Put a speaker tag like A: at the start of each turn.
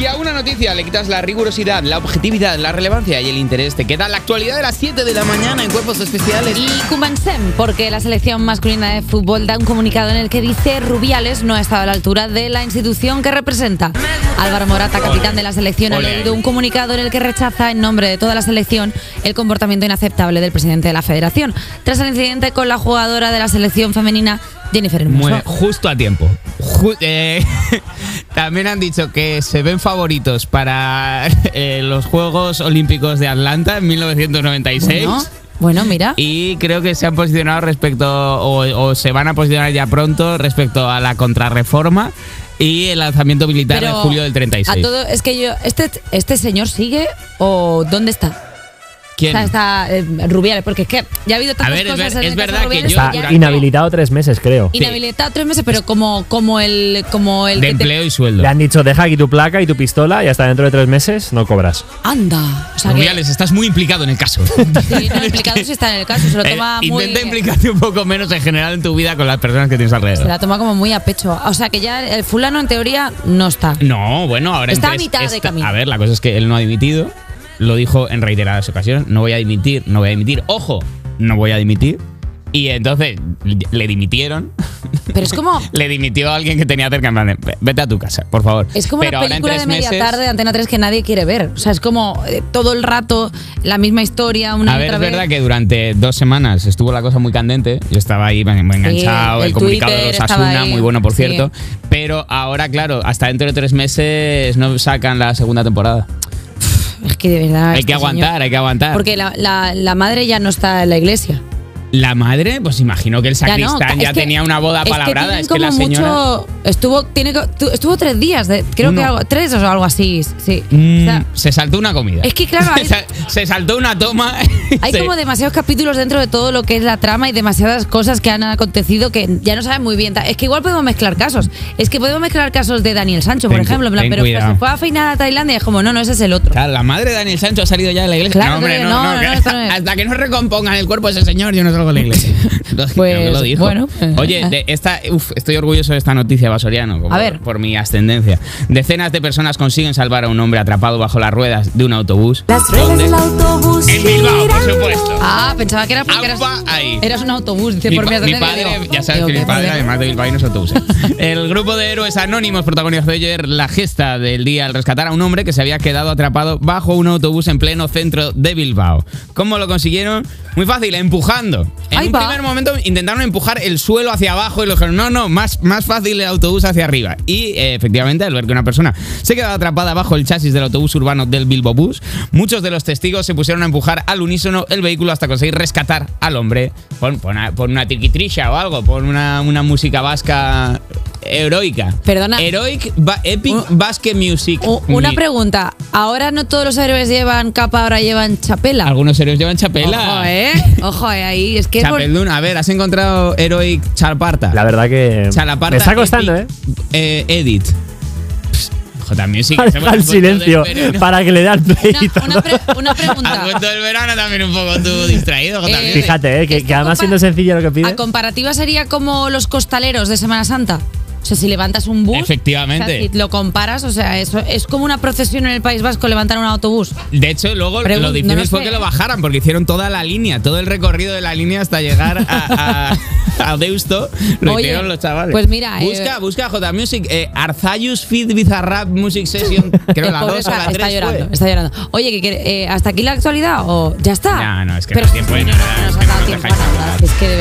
A: Y a una noticia le quitas la rigurosidad, la objetividad, la relevancia y el interés. Te queda la actualidad de las 7 de la mañana en Cuerpos Especiales.
B: Y Kumansem, porque la selección masculina de fútbol da un comunicado en el que dice Rubiales no ha estado a la altura de la institución que representa. Álvaro Morata, capitán de la selección, ha
A: Ole.
B: leído un comunicado en el que rechaza en nombre de toda la selección el comportamiento inaceptable del presidente de la federación, tras el incidente con la jugadora de la selección femenina, Jennifer Hermoso.
A: Muy- justo a tiempo. Ju- eh, también han dicho que se ven favoritos para eh, los Juegos Olímpicos de Atlanta en 1996.
B: Bueno, bueno, mira.
A: Y creo que se han posicionado respecto, o, o se van a posicionar ya pronto respecto a la contrarreforma y el lanzamiento militar en
B: Pero
A: julio del 36.
B: A todo, es que yo, ¿este, este señor sigue o dónde está?
A: ¿Quién?
B: O sea, está eh, Rubiales, porque es que ya ha habido tantas
A: A ver, es
B: cosas
A: ver- es
B: en el caso de
A: verdad que
B: Rubiales
A: yo
B: ya-
C: Está
A: durante-
C: inhabilitado tres meses, creo.
B: inhabilitado tres meses, pero como, como el, como el
A: de
B: que te-
A: empleo y sueldo.
C: Le han dicho, deja aquí tu placa y tu pistola y hasta dentro de tres meses no cobras.
B: anda. O sea que-
A: Rubiales, estás muy implicado en el caso.
B: sí, no, implicado si está en el caso, se lo
A: Eh,
B: toma muy.
A: Intenta implicarte un poco menos en general en tu vida con las personas que tienes
B: Se
A: alrededor.
B: la toma como muy a pecho. O sea que ya el fulano en teoría no está.
A: No, bueno, ahora
B: Está a
A: entonces
B: mitad de camino.
A: A ver, la cosa es que él no ha dimitido. Lo dijo en reiteradas ocasiones. No voy a dimitir, no voy a dimitir. Ojo, no voy a dimitir. Y entonces le dimitieron.
B: Pero es como.
A: Le dimitió a alguien que tenía cerca. En plan, de, vete a tu casa, por favor.
B: Es como
A: Pero
B: una
A: ahora en
B: película de
A: tres
B: media
A: meses-
B: tarde de Antena 3 que nadie quiere ver. O sea, es como eh, todo el rato la misma historia, una
A: a
B: y
A: ver,
B: otra
A: es
B: vez.
A: verdad que durante dos semanas estuvo la cosa muy candente. Yo estaba ahí me- me enganchado,
B: Sí,
A: el,
B: el
A: comunicado
B: Twitter
A: de
B: estaba
A: Osasuna,
B: ahí,
A: muy bueno, por
B: sí.
A: cierto. Pero ahora, claro, hasta dentro de tres meses no sacan la segunda temporada.
B: Es que de verdad.
A: hay
B: este
A: que aguantar,
B: señor-
A: hay que aguantar.
B: Porque la, la- la madre ya no está en la iglesia.
A: La madre, pues imagino que el
B: Ya no,
A: sacristán ya,
B: es que-
A: tenía una boda
B: es que
A: palabrada.
B: tienen
A: Es que, la
B: como
A: señora.
B: mucho- estuvo, tiene, co- tu- estuvo tres días, de- creo
A: Uno.
B: que algo- tres o algo así. Sí.
A: Mm,
B: O sea,
A: se saltó una comida.
B: Es que, claro, hay-
A: se, se saltó una toma.
B: hay
A: Sí.
B: como demasiados capítulos dentro de todo lo que es la trama y demasiadas cosas que han acontecido que ya no saben muy bien. Es que igual podemos mezclar casos. Es que podemos mezclar casos de Daniel Sancho, por
A: Ten cu-
B: ejemplo. en plan,
A: ten
B: pero pues,
A: cuidado.
B: se fue a feinar a Tailandia y es como, no, no, ese es el otro.
A: Claro, la madre de Daniel Sancho ha salido ya de la iglesia.
B: Claro,
A: no, hombre,
B: que-
A: no,
B: no,
A: no,
B: no,
A: que-
B: no, esto no es.
A: Hasta que no recompongan el cuerpo de ese señor, yo no salgo de la iglesia. Lo- creo que lo
B: Pues,
A: dijo.
B: bueno.
A: Oye, de esta, uf, estoy orgulloso de esta noticia, Basoriano, como
B: A ver.
A: por mi ascendencia. Decenas de personas consiguen salvar a un hombre atrapado bajo las ruedas de un autobús.
D: Las ruedas
A: ¿Dónde?
D: del autobús
A: En Bilbao, por
D: girando.
A: supuesto.
B: Ah, pensaba que era porque eras,
A: Agua ahí.
B: eras un autobús. Dice,
A: Mi,
B: por
A: pa-
B: mi,
A: mi
B: adolescencia,
A: padre,
B: digo,
A: ya sabes
B: digo,
A: que mi
B: qué
A: padre,
B: problema.
A: además de Bilbao, no es autobús. El grupo de héroes anónimos protagonizó ayer la gesta del día al rescatar a un hombre que se había quedado atrapado bajo un autobús en pleno centro de Bilbao. ¿Cómo lo consiguieron? Muy fácil, empujando. En
B: Ahí
A: un
B: va.
A: primer momento intentaron empujar el suelo hacia abajo y lo dijeron, no, no, más, más fácil el autobús hacia arriba. Y eh, efectivamente, al ver que una persona se quedaba atrapada bajo el chasis del autobús urbano del Bilbo Bus, muchos de los testigos se pusieron a empujar al unísono el vehículo hasta conseguir rescatar al hombre. Pon, pon a- pon una triquitrilla o algo, pon una, una música vasca heroica.
B: Perdona.
A: Heroic, ba- epic
B: Un-
A: basque music.
B: U- Una
A: Mi-
B: pregunta. Ahora no todos los héroes llevan capa, ahora llevan chapela.
A: Algunos héroes llevan chapela.
B: Ojo, ¿eh? Ojo, ¿eh? ahí. Es que. por-
A: Chapeldún, a ver, ¿has encontrado Heroic Charparta?
C: La verdad que
A: Chalaparta
C: me está costando, ¿eh?
A: Epic, eh, edit. Pss, J Music.
C: Para
A: se me ha
C: dejar el
A: puesto el
C: silencio
A: verano.
C: para que le dé al play
B: Una,
C: y todo.
B: una pre- una
A: Has
B: pregunta.
A: vuelto el verano también un poco tú distraído, J
B: Eh,
A: Music.
C: Fíjate, ¿eh? Que,
B: Esta
C: que además
B: compa-
C: siendo sencillo lo que pide.
B: A comparativa sería como los costaleros de Semana Santa. O sea, si levantas un bus.
A: Efectivamente.
B: o sea, si lo comparas, o sea, eso es como una procesión en el País Vasco levantar un autobús.
A: De hecho, luego
B: Pregun-
A: lo difícil
B: no lo
A: fue
B: sé.
A: que lo bajaran porque hicieron toda la línea, todo el recorrido de la línea hasta llegar a, a, a Deusto. Lo
B: Oye,
A: hicieron los chavales.
B: pues mira, eh,
A: Busca, busca J Music. Eh, Arzayus Feed Bizarrap Music Session. Creo
B: El
A: la
B: pobre
A: 2 o
B: está,
A: la 3.
B: está llorando, está llorando. Oye, ¿qué quiere? Eh, ¿hasta aquí la actualidad o ya
A: No,
B: está?
A: no, es que
B: Pero-
A: no hay tiempo de
B: no,
A: nada,
B: no
A: es
B: nos
A: que
B: ha
A: no
B: dado
A: nos
B: tiempo
A: dejáis
B: para nada,
A: hablar.
B: Es que de